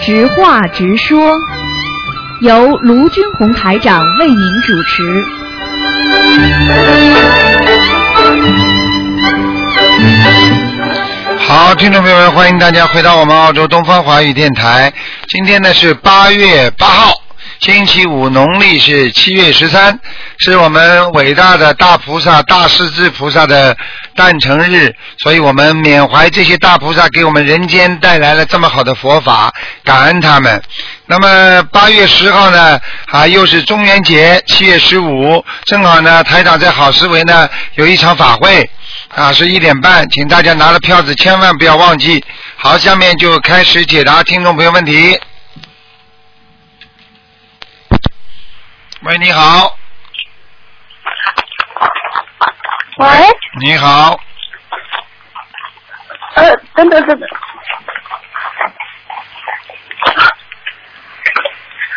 直话直说，由卢军红台长为您主持。好，听众朋友们，欢迎大家回到我们澳洲东方华语电台。今天呢是八月八号，星期五，农历是七月十三，是我们伟大的大菩萨大势至菩萨的诞辰日，所以我们缅怀这些大菩萨给我们人间带来了这么好的佛法，感恩他们。那么八月十号呢，啊，又是中元节，七月十五，正好呢，台长在好思维呢有一场法会。啊，是一点半，请大家拿了票子千万不要忘记。好，下面就开始解答听众朋友问题。喂，你好，喂，你好，呃，等等等等。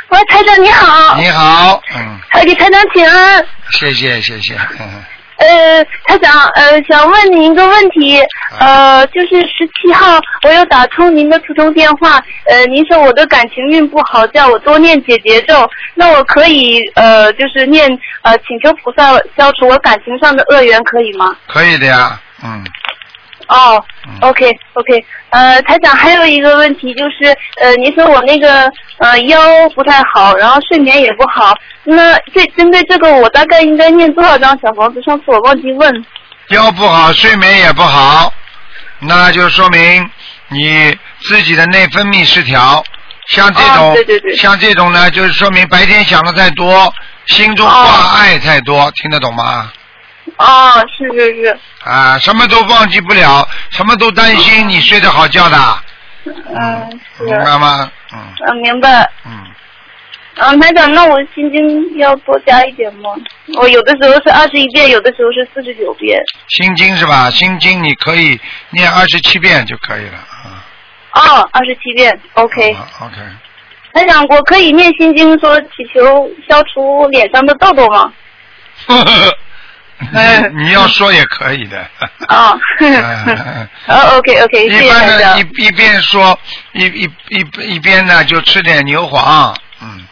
喂，台长你好，你好，嗯，呃，给台长请安。谢谢，谢谢，嗯，呃，台长，呃，想问您一个问题，呃，就是十七号我有打通您的普通电话，呃，您说我的感情运不好，叫我多念解结咒，那我可以呃，就是念呃，请求菩萨消除我感情上的恶缘，可以吗？可以的呀，嗯，哦，OK OK，呃，台长还有一个问题就是，呃，您说我那个呃腰不太好，然后睡眠也不好，那对针对这个我大概应该念多少张小房子？上次我忘记问。腰不好，睡眠也不好，那就说明你自己的内分泌失调。像这种，啊对对对像这种呢，就是说明白天想的太多，心中挂碍太多，听得懂吗？哦，是是是，啊，什么都忘记不了，什么都担心，你睡得好觉的，嗯是，明白吗？嗯嗯明白。嗯，嗯，台长，那我心经要多加一点吗？我有的时候是二十一遍，有的时候是四十九遍。心经是吧？心经你可以念二十七遍就可以了啊。哦，二十七遍，OK。好 OK，台长，我可以念心经说祈求消除脸上的痘痘吗？ 哎你你要说也可以 的。嗯啊， 哦，OK OK，谢哎一谢般台呢，长。一一边说一一一一边呢就吃点牛黄，嗯，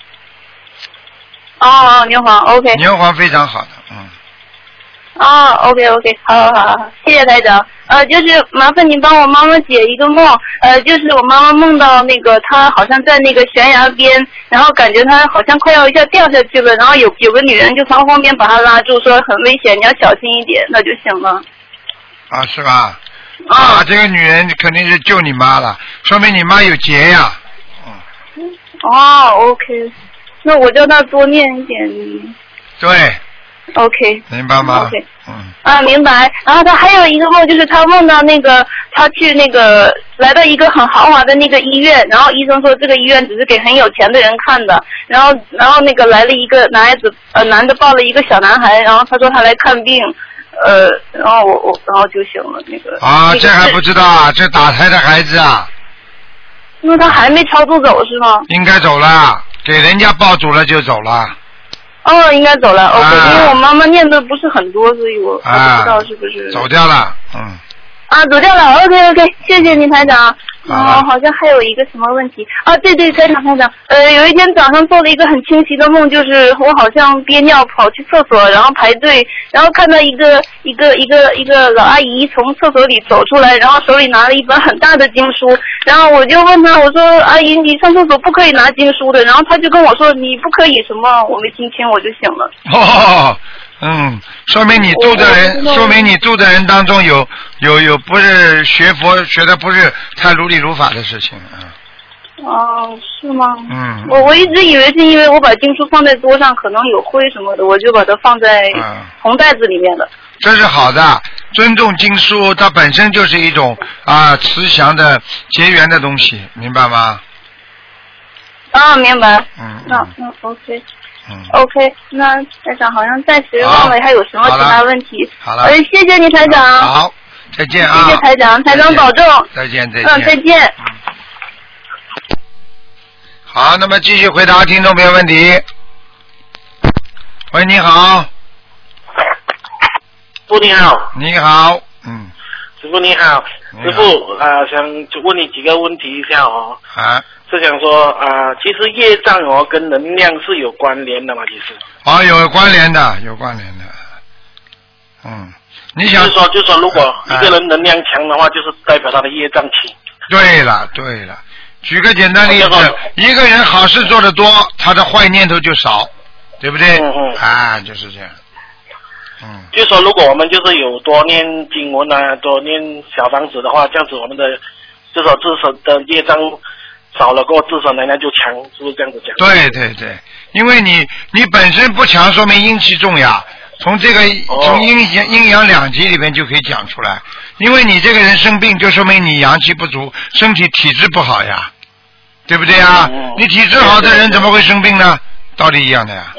哦，牛黄，OK，牛黄非常好的，嗯，哦，OK OK，好好好好，谢谢台长。呃，就是麻烦您帮我妈妈解一个梦，呃，就是我妈妈梦到那个她好像在那个悬崖边，然后感觉她好像快要一下掉下去了，然后有有个女人就从后面把她拉住，说很危险，你要小心一点，她就醒了。啊是吧？啊啊，，这个女人肯定是救你妈了，说明你妈有劫呀。哦，OK，那我叫她多念一点嗯对， ，OK。明白吗 OK 嗯，啊，明白。然后他还有一个梦，就是他梦到那个他去那个来到一个很豪华的那个医院，然后医生说这个医院只是给很有钱的人看的。然后然后那个来了一个男孩子，呃，男的抱了一个小男孩，然后他说他来看病，呃，然后我我然后就醒了那个。那啊，个这还是不知道啊，这打胎的孩子啊，那他还没超度走是吗？应该走了，给人家抱走了就走了哦，应该走了。OK，、啊因为我妈妈念的不是很多，所以我我不知啊道是不是。，走掉了，嗯，啊，走掉了。OK OK，谢谢您，台长。好哦，好像还有一个什么问题啊？对对，台长台长，呃，有一天早上做了一个很清晰的梦，就是我好像憋尿跑去厕所，然后排队，然后看到一个一个一个一个老阿姨从厕所里走出来，然后手里拿了一本很大的经书，然后我就问她，我说阿姨，你上厕所不可以拿经书的，然后她就跟我说你不可以什么，我没听清，我就醒了。哦，嗯，说明你住的人，我我说明你住的人当中有有有不是学佛学的不是太如理如法的事情啊，哦，是吗？嗯我我一直以为是因为我把经书放在桌上，可能有灰什么的，我就把它放在嗯红袋子里面了。这是好的。尊重经书，它本身就是一种啊慈祥的结缘的东西，明白吗？啊，明白。嗯那嗯那 OK 嗯， OK，那台长好像暂时好忘了还有什么其好他了问题。好了呃，，谢谢你台长，好，再见啊，谢谢台长，台长保重。再见再见，，嗯再见。好，那么继续回答听众朋友问题。喂，你好，师傅你好，你好，嗯，师傅你好，你师好傅啊、想问你几个问题一下哦，啊，是想说啊、其实业障哦跟能量是有关联的嘛，其实哦，有关联的，有关联的。嗯，你就想是说，就是说，如果嗯一个人能量强的话，就是代表他的业障轻。对了，对了。举个简单例我知道子，一个人好事做得多，他的坏念头就少，对不对？嗯嗯啊，就是这样。嗯，就是说，如果我们就是有多念经文啊，多念小房子的话，这样子我们的这种自身的业障少了过后，自身能量就强，是不是这样子讲？对对对，因为你你本身不强，说明阴气重呀。从这个哦从阴阳阴阳两极里边就可以讲出来，因为你这个人生病，就说明你阳气不足，身体体质不好呀，对不对呀嗯嗯？你体质好的对对人对怎么会生病呢？道理一样的呀。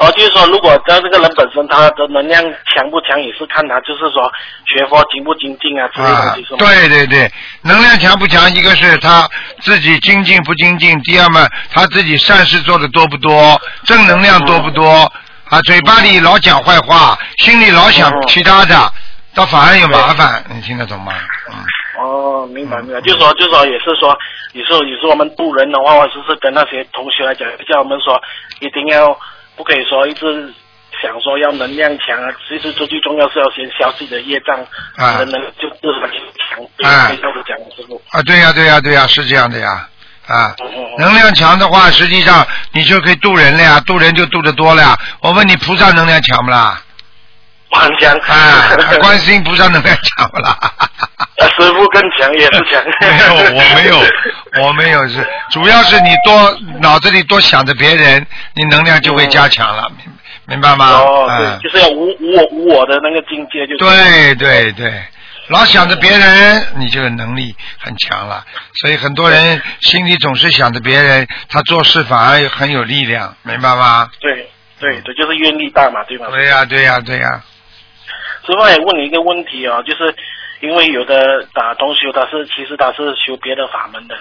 哦，就是说，如果他这个人本身他的能量强不强，也是看他就是说学佛精不精进啊之类的啊东西，是吗？对对对，能量强不强，一个是他自己精进不精进，第二嘛，他自己善事做的多不多，正能量多不多，啊，嘴巴里老讲坏话，心里老想嗯其他的，倒反而有麻烦，你听得懂吗？嗯，哦，明白明白，就是说就是说也是说，有时候有时候我们渡人的话，或者是跟那些同学来讲，叫我们说一定要不可以说一直想说要能量强啊，其实最最重要是要先消自己的业障，啊能能就自身强，啊可以这样子讲师傅。啊，对呀、对呀、对呀、是这样的呀，啊。嗯嗯嗯。能量强的话，实际上你就可以渡人了呀，渡人就渡得多了呀。我问你，菩萨能量强不啦？蛮强啊，观世音菩萨能量强不啦？ 师傅更强 也是强。没有，我没 有，我没有是，主要是你多脑子里多想着别人，你能量就会加强了，明明白吗？嗯哦，嗯对，就是要无无我无我的那个境界，就是对对对，老想着别人，嗯你就能力很强了。所以很多人心里总是想着别人，他做事反而很有力量，明白吗？对对对，就是愿力大嘛，对吗？嗯对呀、对呀、对呀、此外，也问你一个问题哦，就是因为有的打同修他是其实他是修别的法门的，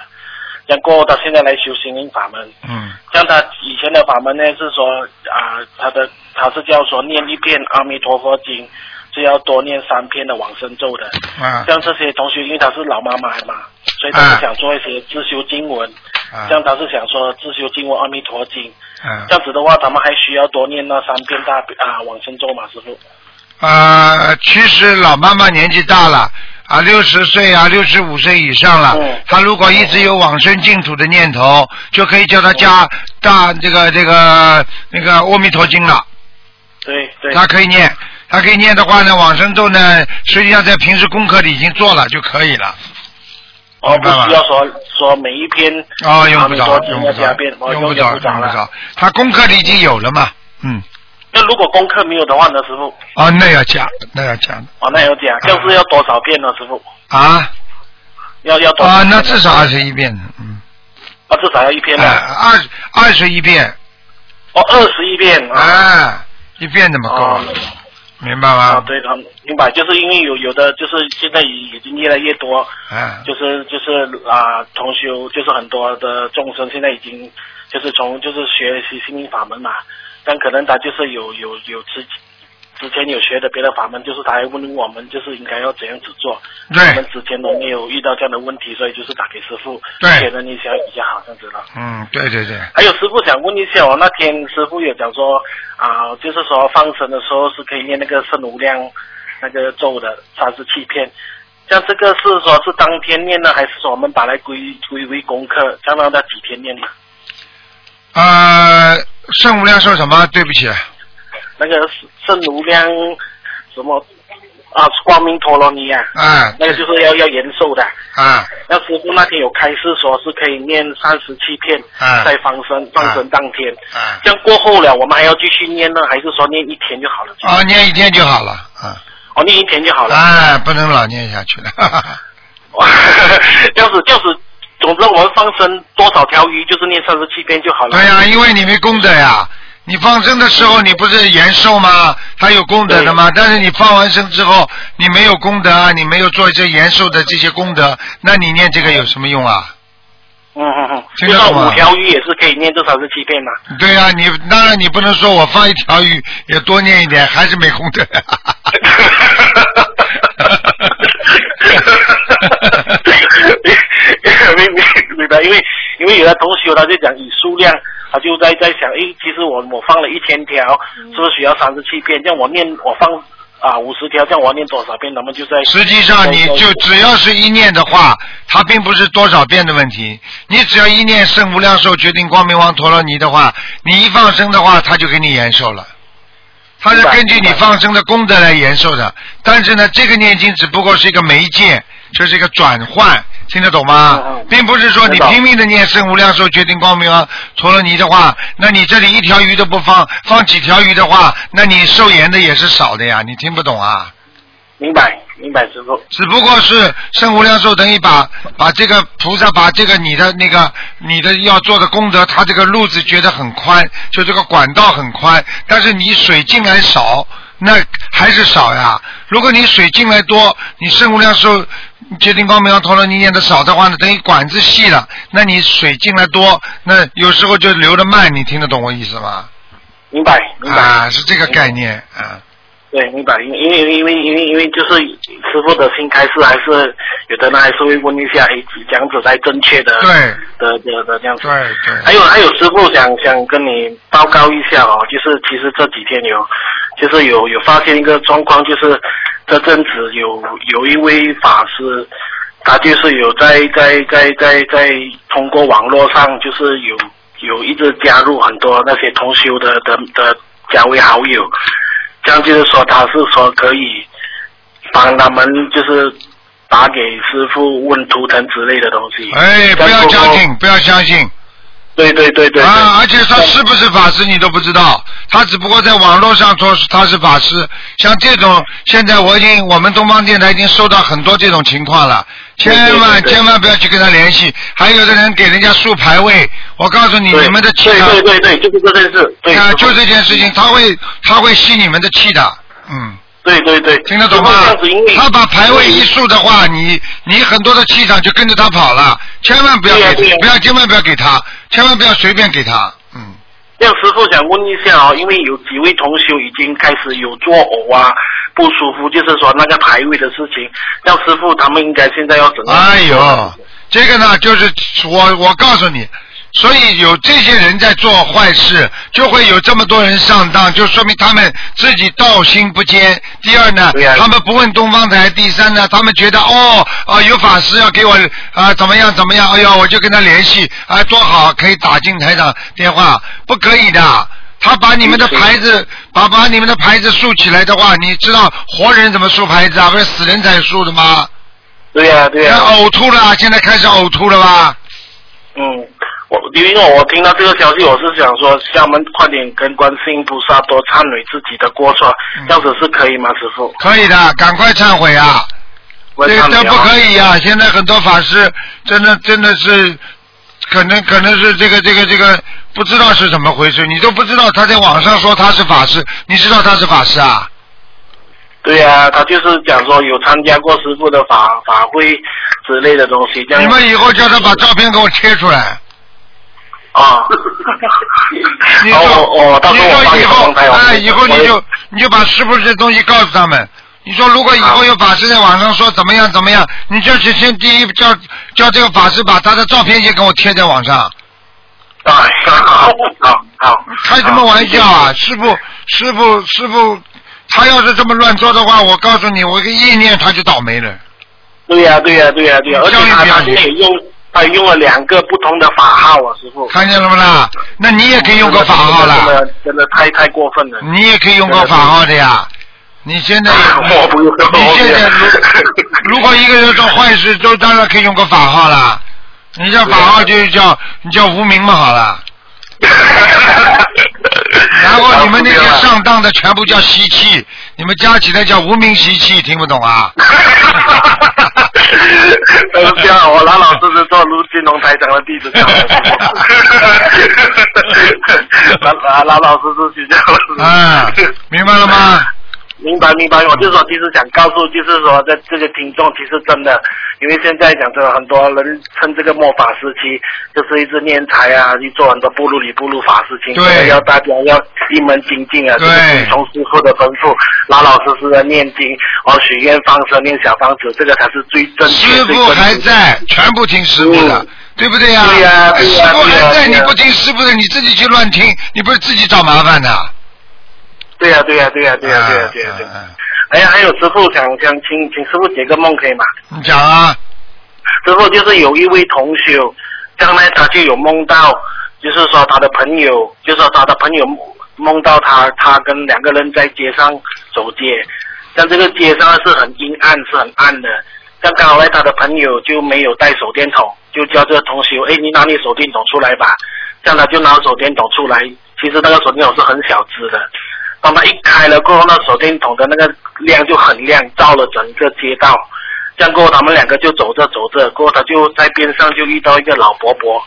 然后他现在来修心灵法门，嗯，像他以前的法门呢是说啊、他的他是叫说念一遍阿弥陀佛经，就要多念三篇的往生咒的。啊像这些同学，因为他是老妈妈嘛，所以他啊是想做一些自修经文，啊像他是想说自修经文阿弥陀经，啊这样子的话，他们还需要多念那三遍大悲啊往生咒嘛，师傅。啊！其实老妈妈年纪大了。啊，六十岁啊，六十五岁以上了嗯，她如果一直有往生净土的念头，就可以叫她加大这个这个那个阿弥陀经了。对对。他可以念，他可以念的话呢，往生咒呢，实际上在平时功课里已经做了就可以了。哦，明不白吗需要说说每一篇哦，用不着阿弥陀，经用要不加着，遍，哦用不着着，用不了。着。他功课里已经有了嘛，嗯，那如果功课没有的话呢，师傅？哦，那要加，那要加的哦，那有讲，这样是要多少遍呢，师傅？啊要要多少啊，遍呢那至少二十一遍，嗯，啊至少要一篇呢哎，二二十一遍，哦二十一遍啊哎，一遍怎么够哦了？明白啊吗？对的，明白，就是因为有有的就是现在已已经越来越多，哎，就是就是啊同修就是很多的众生现在已经就是从就是学习心灵法门嘛，但可能他就是有有有之之前有学的别的法门，就是他还问我们就是应该要怎样子做，我们对，之前都没有遇到这样的问题，所以就是打给师傅，对给了你想比较好这样子了。嗯，对对对，还有师傅想问一下哦，那天师傅也讲说啊、就是说放生的时候是可以念那个圣无量那个咒的三十七片，像这个是说是当天念呢，还是说我们把它归归为功课，这样让它几天念呢？呃，圣无量寿什么？对不起，那个圣无量什么啊，光明陀罗尼啊，哎，那个就是要要延寿的。啊，那师傅那天有开示说是可以念三十七片，嗯在放生放生当天，嗯这样过后了，我们还要继续念呢，还是说念一天就好了？啊，念一天就好了，啊，哦，念一天就好了。哎，不能老念下去了， 哈哈哈啊 这样子，这样子，总之我们放生多少条鱼，就是念三十七遍就好了。对呀、因为你没功德呀。你放生的时候，你不是延寿吗？它有功德的吗？但是你放完生之后，你没有功德啊，你没有做这延寿的这些功德，那你念这个有什么用啊？嗯嗯嗯，这就个算懂了啊五条鱼也是可以念这三十七遍嘛。 对呀、你当然你不能说我放一条鱼也多 念一点，还是没功德、哈哈哈哈哈 的，因为因为有的同学他就讲以数量，他就在在想，诶，其实我我放了一千条，是不是需要三十七遍？这样我念我放啊五十条，这样我要念多少遍？他们就在实际上，你就只要是一念的话，它并不是多少遍的问题。你只要一念圣无量寿决定光明王陀罗尼的话，你一放生的话，它就给你延寿了。它是明白根据你明白放生的功德来延寿的。但是呢，这个念经只不过是一个媒介，这是一个转换，听得懂吗嗯嗯？并不是说你知道拼命的念圣无量寿决定光明王陀罗尼的话，那你这里一条鱼都不放，放几条鱼的话，那你寿延的也是少的呀。你听不懂啊？明白明白师傅，只不过是圣无量寿等于把把这个菩萨把这个你的那个你的要做的功德，他这个路子觉得很宽，就这个管道很宽，但是你水进来少，那还是少呀。如果你水进来多，你圣无量寿决定光明王陀罗尼念的少的话呢，等于管子细了，那你水进来多，那有时候就流的慢，你听得懂我意思吗？明白明白啊，是这个概念啊。对，明白，因因为因为因为因为就是师傅的心开始还是有的人还是会问一下，哎，这样子才正确的，对的的的这样子。对对。还有还有，师傅想想跟你报告一下哦，就是其实这几天有，就是有有发现一个状况，就是这阵子有有一位法师，他就是有在在在在在通过网络上，就是有有一直加入很多那些同修的的的加为好友，这样就是说他是说可以帮他们就是打给师傅问图腾之类的东西。哎，不要这样相说信，不要相信。对对对对对啊，而且他是不是法师你都不知道，他只不过在网络上说他是法师。像这种，现在我已经我们东方电台已经收到很多这种情况了，千万对对对千万不要去跟他联系。还有的人给人家竖牌位，我告诉你，对你们的气场对对对对，就是这件事。对，啊，就这件事情，他会他会吸你们的气的，嗯。对对对，听得懂吗就是这样子因为？他把排位一竖的话，你你很多的气场就跟着他跑了，千万不要对呀对给呀不要千万不要给他，千万不要随便给他，嗯。这样师傅想问一下哦，因为有几位同修已经开始有作呕啊，不舒服，就是说那个排位的事情，让师傅他们应该现在要怎么？哎呦，这个呢，就是我我告诉你，所以有这些人在做坏事，就会有这么多人上当，就说明他们自己道心不坚。第二呢对呀，他们不问东方台；第三呢，他们觉得哦啊、有法师要给我啊、怎么样怎么样，哎呦我就跟他联系啊、多好，可以打进台长电话，不可以的。他把你嗯们的牌子，把把你们的牌子竖起来的话，你知道活人怎么竖牌子啊？不是死人才竖的吗？对呀、对呀、啊要呕吐了，现在开始呕吐了吧？嗯，我因为我听到这个消息，我是想说，厦门快点跟观世音菩萨多忏悔自己的过错，嗯这样子是可以吗，师傅？可以的，赶快忏悔啊！我这忏悔这啊不可以呀、现在很多法师真的真的是，可能可能是这个这个这个不知道是怎么回事，你都不知道他在网上说他是法师，你知道他是法师啊？对呀、他就是讲说有参加过师傅的法法会之类的东西，这样你们以后叫他把照片给我贴出来。啊， 你哦说、哦哦，到你时候说我帮你以后放开我哎，以后你我就你就把师傅这东西告诉他们。你说如果以后有法师在网上说怎么样怎么样，你就去先第一叫叫这个法师把他的照片先给我贴在网上，哎，好好好，开什么玩笑啊！师傅师傅师傅，他要是这么乱做的话，我告诉你，我个意念他就倒霉了。对呀、对呀、对呀、对呀、而且他他现在也用他用了两个不同的法号啊，师傅。看见了不啦？那你也可以用个法号真啦，嗯的真的太太过分 了。你也可以用个法号的呀。你现在也 我不用，你我不现用在如如果一 个人做坏事，就当然可以用个法号啦。你叫法号就叫你叫无名嘛好了，然后你们那些上当的全部叫习气，你们加起来叫无名习气，听不懂啊？呃，不要，我老老实实做卢金龙台长的弟子就好了，老老老实实去教。啊，明白了吗？明白明白，我就说，其实想告诉，就是说，在这些听众，其实真的，因为现在讲真的，很多人趁这个末法时期，就是一直念财啊，去做很多步入里步入法事情，对真的要大家要一门精进啊，对就是从师傅的吩咐，老老实实的念经，哦，许愿放生，念小方子，这个才是最正确。师傅还在，全部听师傅的嗯。对不对呀、对呀对师呀傅对呀还在，对你呀不听师傅的，你自己去乱听，你不是自己找麻烦的？对呀、对呀、对呀、对呀、对呀、对呀、对呀、嗯嗯哎呀，还有师傅想想请请师傅解个梦可以吗？嗯你讲啊，之后就是有一位同学，将来他就有梦到，就是说他的朋友，就是说他的朋友梦到他，他跟两个人在街上走街，但这个街上是很阴暗，是很暗的。但刚好来他的朋友就没有带手电筒，就叫这个同学，哎，你拿你手电筒出来吧。这样他就拿手电筒出来，其实那个手电筒是很小只的。当他一开了过后，那手电筒的那个亮就很亮，照了整个街道。这样过后，他们两个就走着走着，过后他就在边上就遇到一个老伯伯，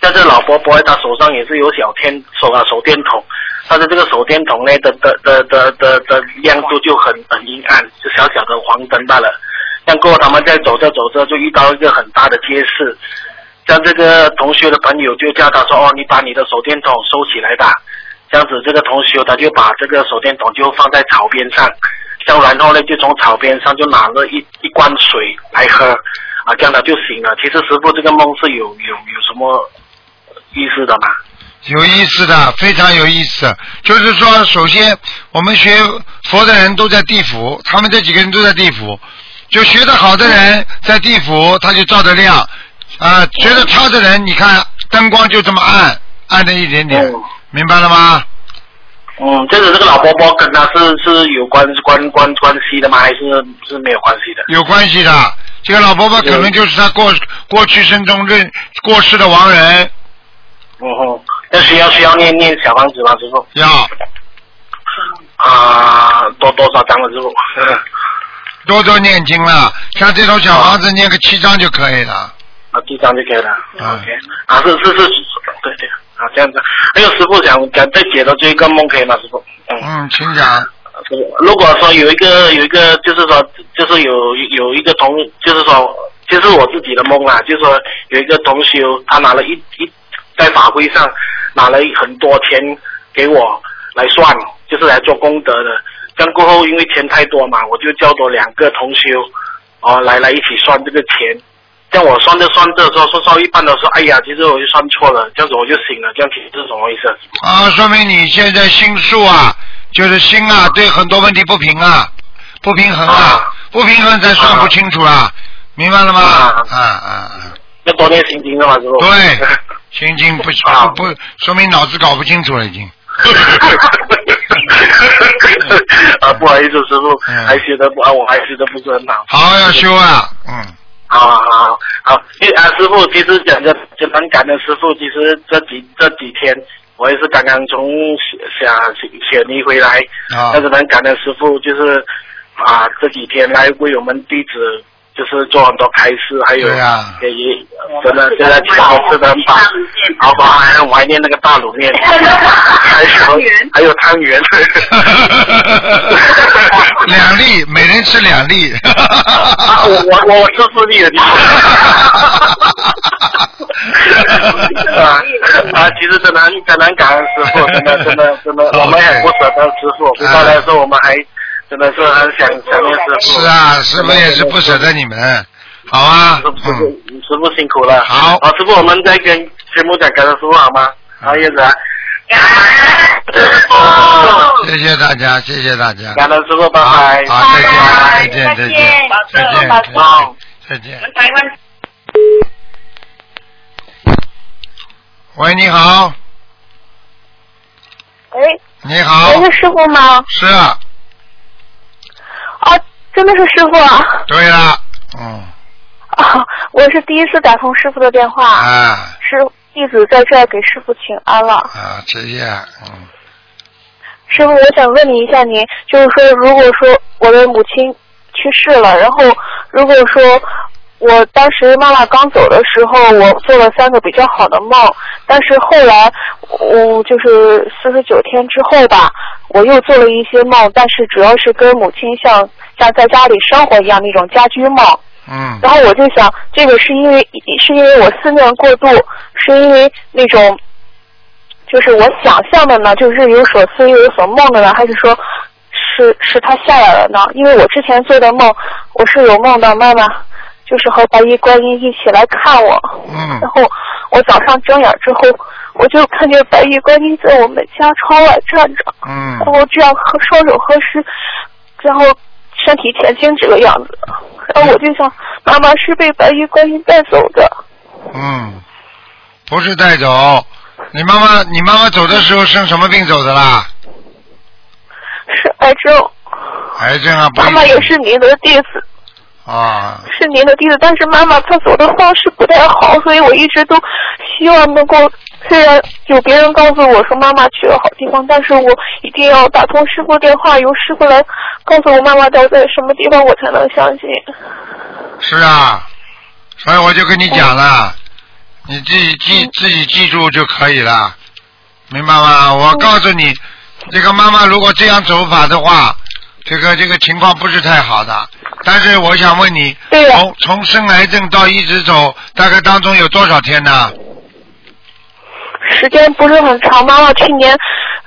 但这老伯伯他手上也是有小天手啊手电筒，但是这个手电筒呢的的的的的的亮度就很很阴暗，就小小的黄灯罢了。但过后他们在走着走着就遇到一个很大的街市，像这个同学的朋友就叫他说哦，你把你的手电筒收起来吧。这样子，这个同学他就把这个手电筒就放在草边上，像然后呢就从草边上就拿了一一罐水来喝，啊，这样他就醒了。其实师傅这个梦是有有有什么意思的嘛？有意思的，非常有意思。就是说，首先我们学佛的人都在地府，他们这几个人都在地府。就学得好的人在地府，他就照得亮；啊、学得差的人，你看灯光就这么暗，暗的一点点，嗯明白了吗？嗯，就是这个老伯伯跟他是是有关关关关系的吗？还是是没有关系的？有关系的。这个老伯伯可能就是他过过去生中认过世的亡人，嗯哼，那需要需要念念小房子吗，师傅？要啊，多多少张了，师傅？多多念经了。像这种小房子念个七章就可以了。啊，这张就可以了。嗯 OK，啊，是是是，对对，啊，这样子。还有师傅想想再解到这一个梦可以吗，师傅？嗯，嗯，请讲。师傅，如果说有一个有一个，就是说就是有有一个同，就是说就是我自己的梦啦，就是说有一个同修，他拿了一一在法会上拿了很多钱给我来算，就是来做功德的。这样过后，因为钱太多嘛，我就叫多两个同修，哦，来来一起算这个钱。像我算着算着说说到一半的时候，哎呀，其实我就算错了，这样子我就醒了，这样其实是什么意思啊？啊，说明你现在心术啊，就是心啊，对很多问题不平啊，不平衡啊啊，不平衡才算不清楚啊，明白了吗？啊啊啊，啊要多念心经的嘛，师傅。对， 心经不啊不不，说明脑子搞不清楚了已经。 啊，不好意思，师傅，嗯还学的不啊，我还学的不是很好。好，要修啊， 嗯，好好好好，因为啊，师傅，其实讲的真蛮感恩师傅。其实这几这几天，我也是刚刚从雪雪雪泥回来，啊但是蛮感恩师傅，就是啊这几天来为我们弟子就是做很多开示，还有对呀也也真的真的请我吃的很饱，好饱，还我还念那个大卤面，还有还有汤圆。两粒，每人吃两粒。啊，我我我是自 立的地方。啊啊！其实真的很真的很感恩师傅，真的真的真的，我们也不舍得师傅。回啊到来的时候，我们还真的是很想想念师 傅。是啊，师傅也是不舍得你们，好啊师，傅，嗯。师傅辛苦了。好啊，师傅，我们再跟节目讲感恩师傅好吗？好，叶子啊。谢谢大家，谢谢大家。感恩师傅，拜拜。好，再见，再见，再再见见，再见，再见好，再见。台湾喂，你好，喂，你好，哎喂，是师傅吗？是啊，啊，真的是师傅啊！对了，嗯，啊，我是第一次打通师傅的电话，啊是弟子在这儿给师傅请安了。啊，谢谢，嗯，师傅，我想问你一下您，就是说，如果说我的母亲去世了，然后如果说我当时妈妈刚走的时候，我做了三个比较好的梦，但是后来，我就是四十九天之后吧，我又做了一些梦，但是主要是跟母亲像像在家里生活一样那种家居梦。嗯，然后我就想，这个是因为是因为我思念过度，是因为那种，就是我想象的呢，就是日有所思夜有所梦的呢，还是说是是他下来了呢？因为我之前做的梦，我是有梦到妈妈就是和白衣观音一起来看我。嗯然后我早上睁眼之后，我就看见白衣观音在我们家窗外站着，然嗯，后这样合双手合十，然后身体前倾这个样子。然后我就想，妈妈是被白衣观音带走的。嗯，不是带走。你妈妈，你妈妈走的时候生什么病走的啦？是癌症。癌症啊，不一妈定妈也是您的弟子，啊，是您的弟子，但是妈妈她走的方式不太好，所以我一直都希望能够，虽然有别人告诉我说妈妈去了好地方，但是我一定要打通师傅电话，由师傅来告诉我妈妈到底在什么地方，我才能相信。是啊，所以我就跟你讲了，你自己记自己记住就可以了，明白吗？我告诉你，这个妈妈如果这样走法的话，这个这个情况不是太好的。但是我想问你，对呀从从生癌症到一直走，大概当中有多少天呢？时间不是很长，妈妈去年。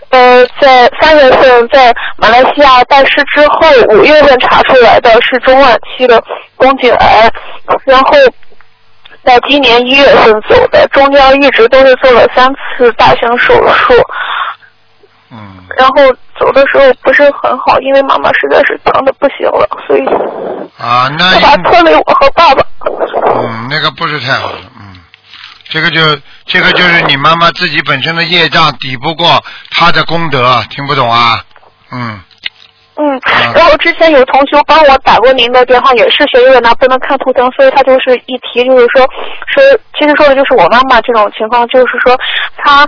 呃，在三月份在马来西亚拜师之后，五月份查出来的是中晚期的宫颈癌，然后在今年一月份走的，中间一直都是做了三次大型手术，嗯，然后走的时候不是很好，因为妈妈实在是疼的不行了，所以啊，那她把托给我和爸爸。嗯，那个不是太好的，嗯，这个就这个就是你妈妈自己本身的业障抵不过她的功德，听不懂啊？嗯，嗯啊，然后之前有同学帮我打过您的电话，也是学院呢不能看图腾，所以他就是一提就是说，说其实说的就是我妈妈这种情况，就是说她。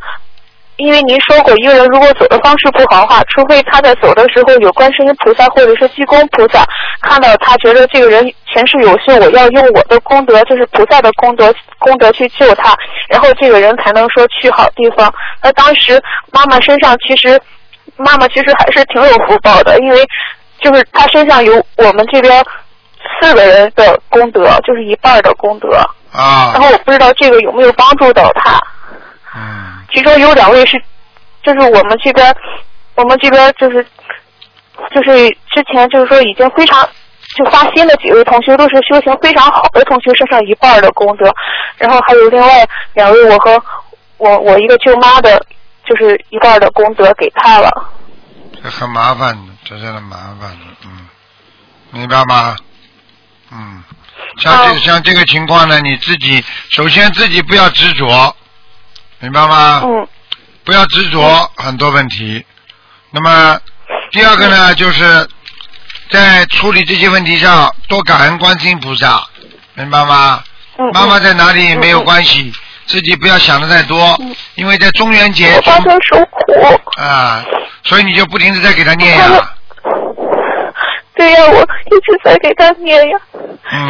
因为您说过，一个人如果走的方式不好的话，除非他在走的时候有观世音菩萨或者是济公菩萨看到他，觉得这个人前世有幸，我要用我的功德，就是菩萨的功德功德去救他，然后这个人才能说去好地方。那呃当时妈妈身上其实妈妈其实还是挺有福报的，因为就是她身上有我们这边四个人的功德，就是一半儿的功德。啊然，后我不知道这个有没有帮助到她，嗯，其中有两位是，就是我们这边，我们这边就是就是之前就是说已经非常。就发心的几位同学都是修行非常好的同学，身上一半儿的功德，然后还有另外两位，我和我我一个舅妈的，就是一半儿的功德给她了。这很麻烦的，这真的麻烦的，嗯，明白吗？嗯，像这、哦像这个情况呢，你自己首先自己不要执着，明白吗？嗯，不要执着很多问题。那么第二个呢，就是在处理这些问题上多感恩观世音菩萨，明白吗？嗯，妈妈在哪里也没有嗯嗯关系，自己不要想的太多，因为在中元节我中发现受苦。啊，所以你就不停的在给他念我呀发，对呀、我一直在给他念呀。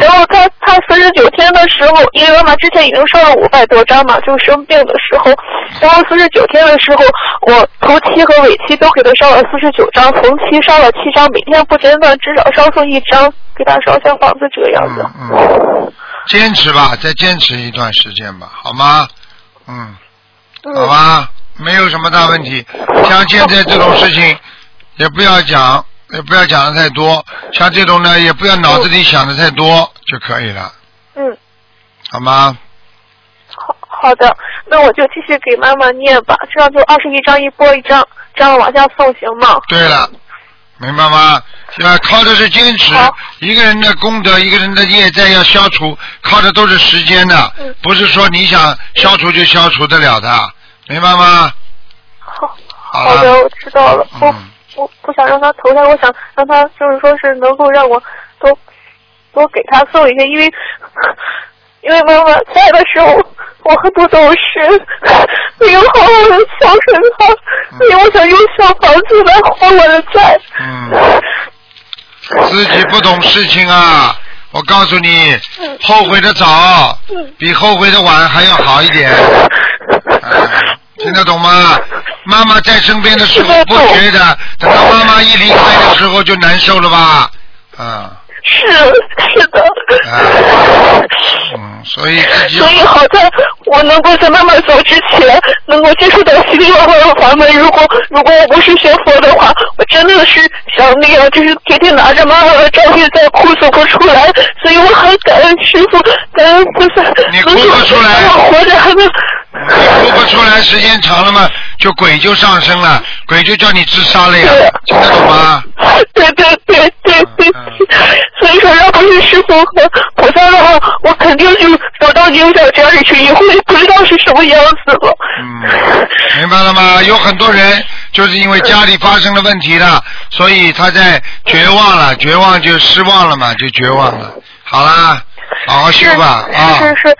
然嗯后他他四十九天的时候，因为妈妈之前已经烧了五百多张嘛，就生病的时候，然后四十九天的时候，我头七和尾七都给他烧了四十九张，逢七烧了七张，每天不间断，至少烧出一张，给他烧小房子这个样子。嗯嗯，坚持吧，再坚持一段时间吧，好吗？嗯。嗯好吧，没有什么大问题。像现在这种事情，也不要讲，也不要讲的太多。像这种呢，也不要脑子里想的太多就可以了，嗯，好吗？好好的，那我就继续给妈妈念吧，这样就二十一张一波一张，这样往下送行吗？对了，明白吗？要靠的是坚持好。一个人的功德，一个人的业债要消除，靠的都是时间的，嗯不是说你想消除就消除得了的，明白吗？好。好好的，了，我知道了。我嗯，我不想让他投胎，我想让他就是说是能够让我多多给他送一些，因为 因为妈妈在的时候我很不懂事，没有好好的孝顺他，所以我想用小房子来还我的债。嗯自己不懂事情啊！我告诉你，嗯后悔的早比后悔的晚还要好一点。哎 听得懂吗？妈妈在身边的时 候不觉得，等到妈妈一离开的时候就难受了吧？嗯 是是的。嗯，所以自己所以好在我能够在妈妈走之前，能够接触到心灵法门。如果如果我不是学佛的话，我真的是想那个，就是天天拿着妈妈的照片在哭，走不出来，所以我很感恩师傅，感恩菩萨，你哭不出来能够让我活着还能。哭不出来，时间长了嘛，就鬼就上身了，鬼就叫你自杀了呀，听得懂吗？对对对对对，所以说要不是师傅和菩萨的话，我肯定就走到牛角尖里去，以后也不知道是什么样子了。嗯，明白了吗？有很多人就是因为家里发生了问题了，所以他在绝望了，绝望就失望了嘛，就绝望了。好啦，好好修吧啊！是是是，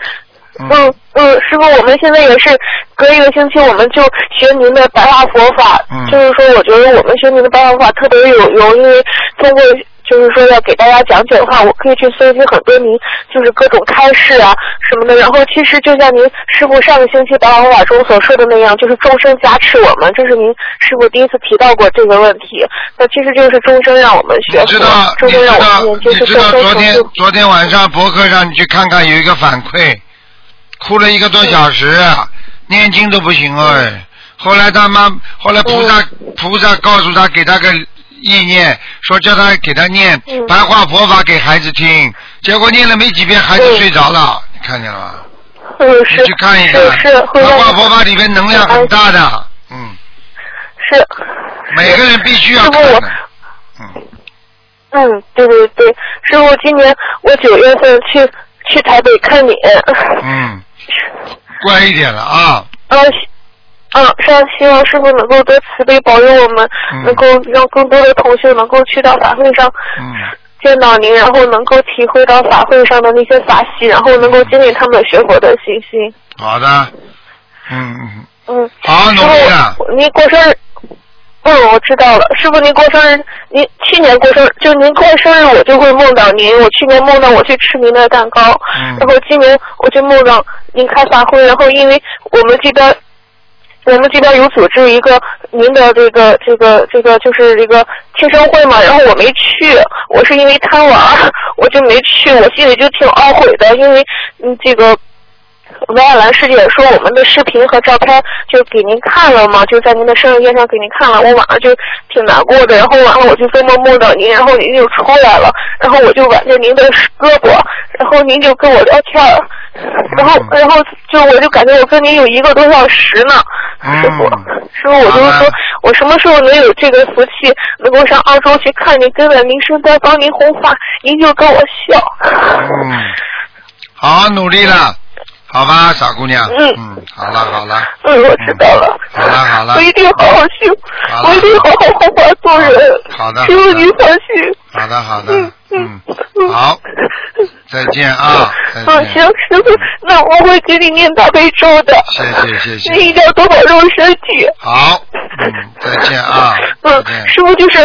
嗯嗯嗯，师傅，我们现在也是隔一个星期我们就学您的白话佛法，嗯就是说我觉得我们学您的白话佛法特别有有，因为通过。就是说要给大家讲解的话，我可以去搜集很多您就是各种开示啊什么的。然后其实就像您师傅上个星期白话佛法中所说的那样，就是众生加持我们，这是您师傅第一次提到过这个问题。那其实就是众生让我们学你佛知道，，众你生知让道我们，就你是知众道生昨天成就昨天晚上博客上你去看看，有一个反馈，哭了一个多嗯小时啊，念经都不行哎。后来他妈，后来菩萨嗯菩萨告诉他，给他个意念，说叫他给他念嗯白话佛法给孩子听，结果念了没几遍，孩子嗯睡着了，你看见了吗？嗯你是去看一看啊是，是会白让话你佛法里面能量很大的，嗯，是每个人必须要师傅看我的，嗯。嗯，对对对，师傅，今年我九月份去去台北看你，嗯，乖一点了啊。嗯，希嗯，上希望师傅能够多慈悲保佑我们，嗯能够让更多的同学能够去到法会上嗯，见到您，然后能够体会到法会上的那些法喜，然后能够经历他们学佛的信心。好的。嗯嗯，嗯，好师努力啊。傅，您过生日。嗯，我知道了。师傅，您过生日，您去年过生日，就您过生日，我就会梦到您。我去年梦到我去吃您的蛋糕，嗯然后今年我就梦到您开法会，然后因为我们这边。我们这边有组织一个您的这个这个这个就是这个庆生会嘛，然后我没去，我是因为贪玩儿，我就没去，我心里就挺懊悔的，因为嗯这个维尔兰师姐说我们的视频和照片就给您看了嘛，就在您的生日宴上给您看了，我晚上就挺难过的，然后晚上我就做梦梦到您，然后您就出来了，然后我就挽着您的胳膊，然后您就跟我聊天儿，然后嗯然后就我就感觉我跟您有一个多小时呢，嗯师傅，师傅我就好是的说我什么时候能有这个福气能够上澳洲去看您，跟着您身边帮您红发，您就跟我笑，嗯，好好努力了，好吧，傻姑娘。嗯嗯，好了好了，嗯，我知道了。好了好了我，一定好好修，好了我一定好好好好做人。好的师好傅的您放心。好的好的嗯，嗯嗯，好，再见啊，再嗯，行，见。师傅，那我会给你念大悲咒的。谢谢谢谢你一定要多保重身体。好，嗯，再见啊，再嗯，见。师傅就是，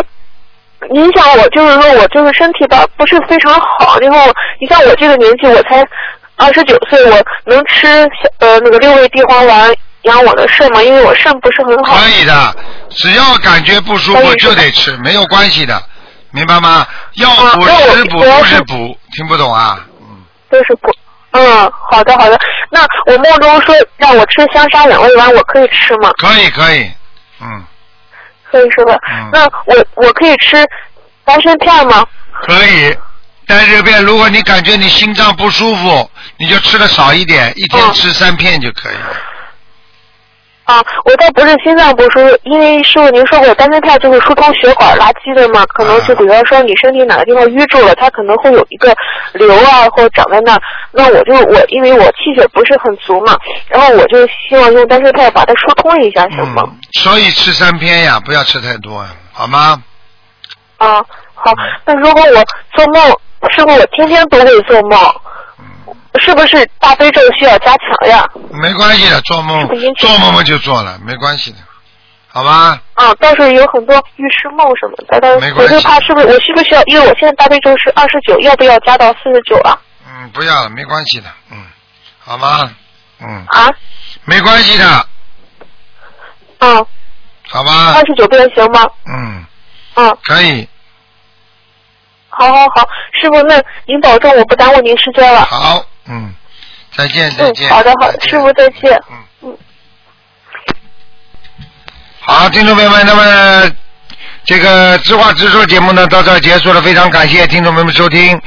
您想我就是说我就是身体吧不是非常好，然后你像我这个年纪我才二十九岁，我能吃小呃那个六味地黄丸养我的肾吗？因为我肾不是很好。可以的，只要感觉不舒服就得吃，没有关系的，明白吗？药啊补那我食补我要不是是补，听不懂啊？都是不，嗯，好的好的。那我梦中说让我吃香砂两味丸，我可以吃吗？可以可以，嗯，可以吃吧？嗯那我我可以吃丹参片吗？可以。但是遍，如果你感觉你心脏不舒服，你就吃的少一点，一天嗯吃三片就可以了。啊，我倒不是心脏不舒服，因为师傅您说过丹参片就是疏通血管垃圾的嘛，可能就比方说你身体哪个地方淤住了，它可能会有一个瘤啊或者长在那儿。那我就我因为我气血不是很足嘛，然后我就希望用丹参片把它疏通一下，行吗？嗯，所以吃三片呀，不要吃太多，好吗？啊，好，嗯那如果我做梦，师傅，我天天都会做梦，嗯是不是大悲咒需要加强呀？没关系的，做梦我已经知道做梦嘛就做了，没关系的，好吗？啊，倒是有很多预示梦什么的，但没是关我系就怕是不是我需不需要？因为我现在大悲咒是二十九，要不要加到四十九啊？嗯，不要了，没关系的，嗯，好吗？嗯，啊，没关系的，嗯，好吧二？十九遍行吗？嗯，嗯，可以，好好好，师傅，那您保重，我不耽误您时间了。好，嗯，再见，再嗯见。，好的好再的，见师傅再见。嗯嗯好，听众朋友们，那么这个知话直说节目呢到这儿结束了，非常感谢听众朋友们收听。